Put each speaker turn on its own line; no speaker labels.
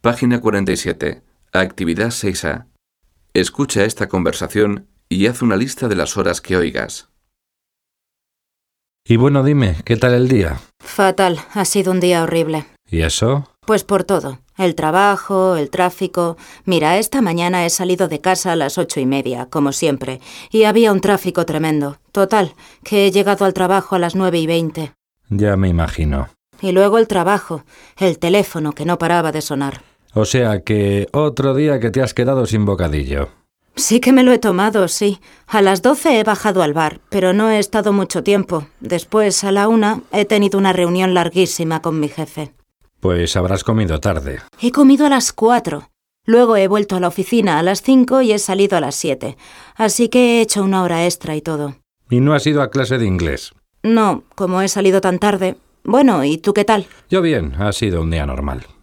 Página 47. Actividad 6A. Escucha esta conversación y haz una lista de las horas que oigas.
Y bueno, dime, ¿qué tal el día?
Fatal, ha sido un día horrible.
¿Y eso?
Pues por todo. El trabajo, el tráfico. Mira, esta mañana he salido de casa a las ocho y media, como siempre, y había un tráfico tremendo. Total, que he llegado al trabajo a las nueve y veinte.
Ya me imagino.
Y luego el trabajo, el teléfono que no paraba de sonar.
O sea que otro día que te has quedado sin bocadillo.
Sí que me lo he tomado, sí. A las doce he bajado al bar, pero no he estado mucho tiempo. Después, a la una, he tenido una reunión larguísima con mi jefe.
Pues habrás comido tarde.
He comido a las cuatro. Luego he vuelto a la oficina a las cinco y he salido a las siete. Así que he hecho una hora extra y todo.
Y no has ido a clase de inglés.
No, como he salido tan tarde. Bueno, ¿y tú qué tal?
Yo bien, ha sido un día normal.